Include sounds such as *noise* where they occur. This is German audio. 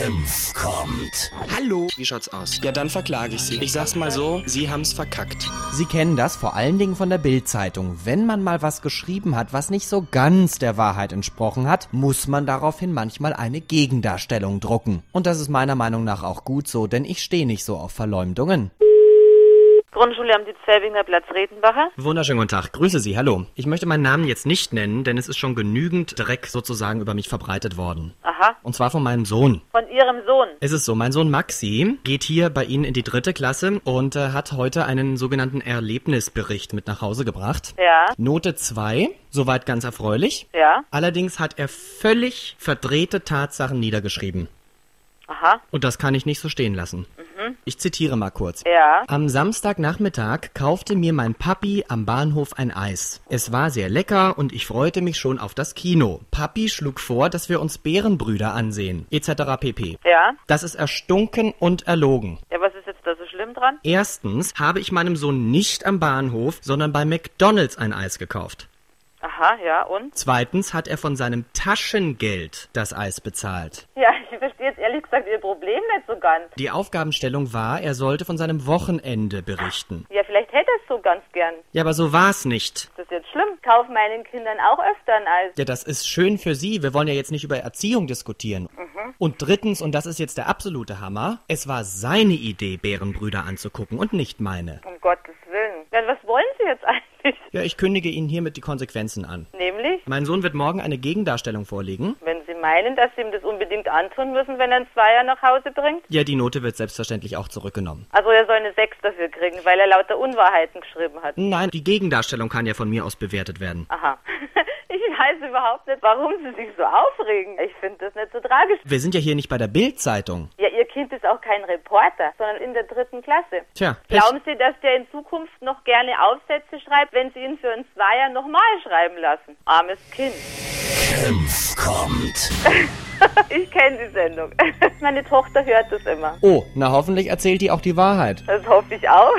Senf kommt. Hallo. Wie schaut's aus? Ja, dann verklage ich Sie. Ich sag's mal so, Sie haben's verkackt. Sie kennen das vor allen Dingen von der Bildzeitung. Wenn man mal was geschrieben hat, was nicht so ganz der Wahrheit entsprochen hat, muss man daraufhin manchmal eine Gegendarstellung drucken. Und das ist meiner Meinung nach auch gut so, denn ich stehe nicht so auf Verleumdungen. Grundschule am Dietzelbinger Platz Redenbacher. Wunderschönen guten Tag. Grüße Sie. Hallo. Ich möchte meinen Namen jetzt nicht nennen, denn es ist schon genügend Dreck sozusagen über mich verbreitet worden. Aha, Und zwar von meinem Sohn. von Ihrem Sohn. Es ist so, mein Sohn Maxi geht hier bei Ihnen in die dritte Klasse und äh, hat heute einen sogenannten Erlebnisbericht mit nach Hause gebracht. Ja, Note 2, soweit ganz erfreulich. ja, Allerdings hat er völlig verdrehte Tatsachen niedergeschrieben. aha, Und das kann ich nicht so stehen lassen. Ich zitiere mal kurz. Mhm. ja, Am Samstagnachmittag kaufte mir mein Papi am Bahnhof ein Eis. Es war sehr lecker und ich freute mich schon auf das Kino. Papi schlug vor, dass wir uns Bärenbrüder ansehen, etc. pp. ja. Das ist erstunken und erlogen. Ja, was ist jetzt da so schlimm dran? Erstens habe ich meinem Sohn nicht am Bahnhof, sondern bei McDonald's ein Eis gekauft. Aha, ja, und? Zweitens hat er von seinem Taschengeld das Eis bezahlt. Ja, ich verstehe jetzt ehrlich gesagt Ihr Problem nicht so ganz. Die Aufgabenstellung war, er sollte von seinem Wochenende berichten. Ja, vielleicht hätte er es so ganz gern. Ja, aber so war's nicht. Ist das jetzt schlimm? Kauf meinen Kindern auch öfter ein Eis. Ja, das ist schön für Sie. Wir wollen ja jetzt nicht über Erziehung diskutieren. Und drittens, und das ist jetzt der absolute Hammer, es war seine Idee, Bärenbrüder anzugucken und nicht meine. Um Gottes Willen. Ja, was wollen Sie jetzt *laughs* eigentlich? Ja, ich kündige Ihnen hiermit die Konsequenzen an. Nämlich, Mein Sohn wird morgen eine Gegendarstellung vorlegen. wenn Sie meinen, dass Sie ihm das unbedingt antun müssen, wenn er einen Zweier nach Hause bringt? Ja, die Note wird selbstverständlich auch zurückgenommen. Also er soll eine Sechs dafür kriegen, weil er lauter Unwahrheiten geschrieben hat. Nein, die Gegendarstellung kann ja von mir aus bewertet werden. Aha. *laughs* Ich weiß überhaupt nicht, warum Sie sich so aufregen. Ich finde das nicht so tragisch. Wir sind ja hier nicht bei der Bild-Zeitung. Ja, Ihr Kind ist auch kein Reporter, sondern in der dritten Klasse. Tja, Glauben Sie, dass der in Zukunft noch gerne Aufsätze schreibt, wenn Sie ihn für ein Zweier nochmal schreiben lassen? Armes Kind. *laughs* Senf kommt. Ich kenne die Sendung. *laughs* Meine Tochter hört das immer. Oh, na hoffentlich erzählt die auch die Wahrheit. Das hoffe ich auch.